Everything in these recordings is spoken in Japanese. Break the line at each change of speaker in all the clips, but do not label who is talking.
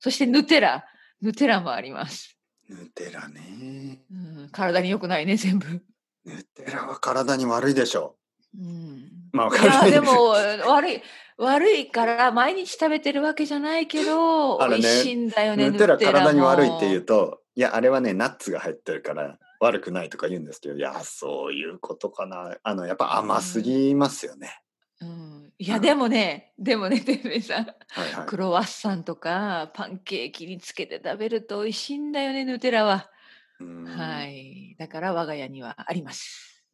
そしてヌテラ、ヌテラもあります。
ヌテラね。
うん、体に良くないね、全部。
ヌテラは体に悪いでしょ
うん、
う。まあ、
いや
体
で
に
も悪い悪いから毎日食べてるわけじゃないけど、
あれね
美味しいんだよね。
ヌテラ体に悪いって言
言
うと、いや、あれはね、ナッツが入ってるから悪くないとか言うんですけど、いや、そういうことかな。あの、やっぱ甘すぎますよね。
うん、いやでもね、でもね、てめえさん、
はいはい。
クロワッサンとかパンケーキにつけて食べると美味しいんだよね、ヌテラは。
うん
はい、だから我が家にはあります。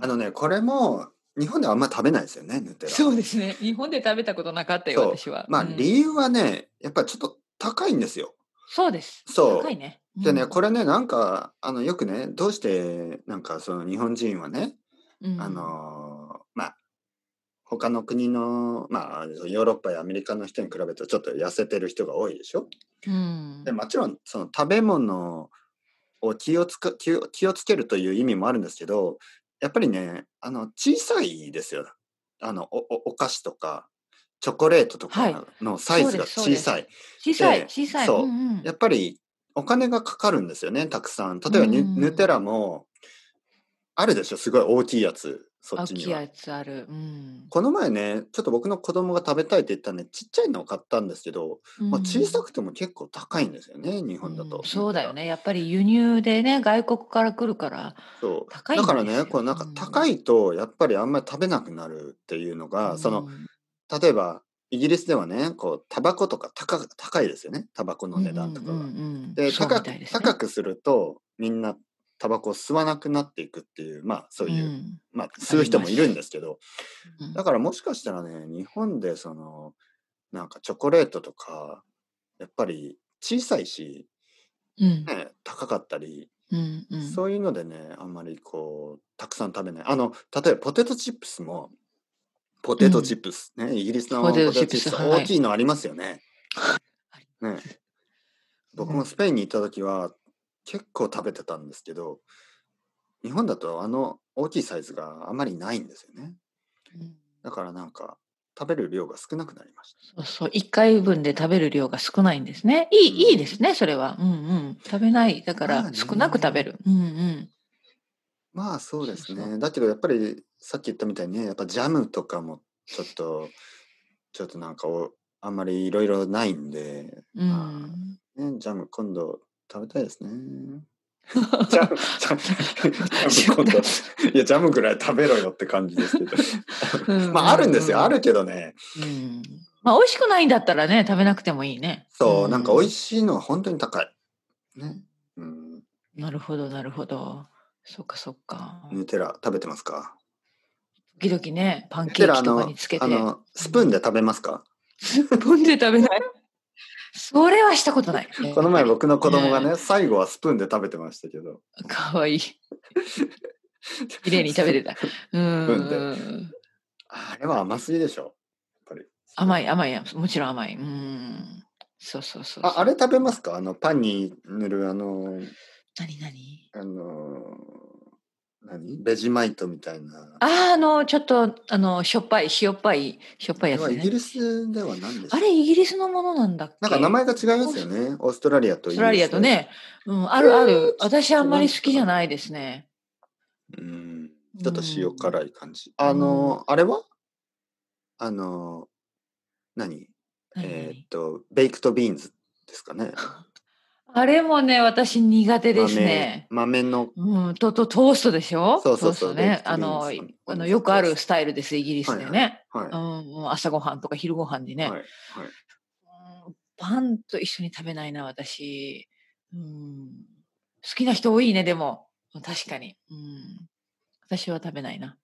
あのね、これも日本ではあんま食べないですよね、ヌテラ。
そうですね。日本で食べたことなかったよ、
そう
私は。
まあ、
うん
理由はね、やっぱりちょっと高いんですよ。
そうです。
そう
高いね。
でね、こ
れ、
れね、なんか、あの、よくね、どうして、なんか、その日本人はね、
うん
あ、のーまあ、他の国の、まあ、ヨーロッパやアメリカの人に比べるとちょっと痩せてる人が多いでしょ
うん
で、もちろん、その食べ物を気をつか気を気をつけるという意味もあるんですけど、やっぱりね、あの、小さいですよ。あの、お、おお菓子とか、チョコレートと
はい
かのサイズが
そうで
小
すそう
さい。
小さい
で
小さい。
そうん
ん
やっぱりお金がかかるんですよね、たくさん。例えばヌ、
うん
ヌテラも、あるでしょ、すごい大きいやつ、そっ
大
ち
き
に
い
は
や。つある。うん。
この前ね、ちょっと僕の子供が食べたいって言ったんで、ちっちゃいのを買ったんですけど、まあ、小さくても結構高いんですよね、日本だ
う
と
ん。そうだよね。やっぱり輸入でね、外国から来るから。
そう。
高いんで
だ
す
か
よ
らね、こうなんか
うん
高いと、やっぱりあんまり食べなくなるっていうのが、
うん
その、例えば、イギリスではね、こう、タバコとか高高いですよね、タバコの値段とかが。
うんうんうんうん
で
そう
高
み
く
たいですね
高くするとみんなタバコを吸わなくなっていくっていうまあそういう、
うん
まあ吸う人もいるんですけど
うん
だからもしかしたらね日本でそのなんかチョコレートとかやっぱり小さいし、
うん
ね、高かったり、
うんうん
そういうのでねあんまりこうたくさん食べないあの例えばポテトチップスもポテトチップス、ねイギリスの
ポ
ポ
テ
テ
ト
ト
チ
チ
ップス
ップス
はい
大きいのあります よね。ね僕もスペインに行った時は結構食べてたんですけど日本だとあの大きいサイズがあまりないんですよね
うん
だからなんか食べる量が少なくなりまし
そうそう一回分で食べる量が少ないんですね。いい、
うん
いいですね。それは、うんうん、食べないだか
ま
ら
あね
少なく食べる。うんうん、
たまあそうですね
そうそ
だけどやっぱりさっき言ったみたいにねやっぱジャムとかもちょっとちょっとなんかおあんまりいろいろないんで、
うん
まあね、ジャム今度食べたいですねジャムジャム ジャム今 度いやジャムぐらい食べろよって感じですけどまああるんですよあ。るけどね
うんまあ美味しくないんだったらね食べなくてもいいね。
そう、なんか美
し
味しいのは本当に高い。ね。うん。
い。なるほどなるほど。そっかそっか。
ヌテラ食べてますか
時々ねパン
ヌ
ケー
テラあ
キとか
の
につけて
あの、スプーンで食べますか、
スプーンで食べない。それはしたことない。
この前僕の子供が
ね
ね、最後はスプーンで食べてましたけど。
可愛いい。綺麗に食べて た。う
スプ
ん。
あれは甘すぎでしょ。やっぱり。
甘
い。
い甘いやもちろん甘い。うん。そうそうそうそう。
ああれ食べますかあの、パンに塗るあの、
何何？
あの、何ベジマイトみたいな。
あーあのちょっとあのしょっぱい塩っぱいしょっぱいや
あ
つ
れはイギ
ね。
リスでは何でしょ
あ
う
れイギリスのものなんだっけ？
なんか名前が違いますよね。オーストラリア
オ
と
ース
イギ
トラ
リ
リ
ス
アと。ね。うんあるある。私あんまり好きじゃないですね。
うん
うん
ちょっと塩辛い感じ。あの、あれはあの、何
何
えー
何
っと、ベイクトビーンズですかね。
あれもね私苦手ですね。
豆豆の、
うん、ととトーストでしょ
そうそうそ
トースト
う
ね。
ベイ
あ
クド
の
ビーンズ、
あのよくあるスタイルです、イギリスでね。
はい。は
うんうん、朝ごはんとか昼ごはんに
い。
ね、
はい。
うんパンと一緒に食べないな、私。うん、好きな人多いね、でも。確かに。うん、私は食べないな。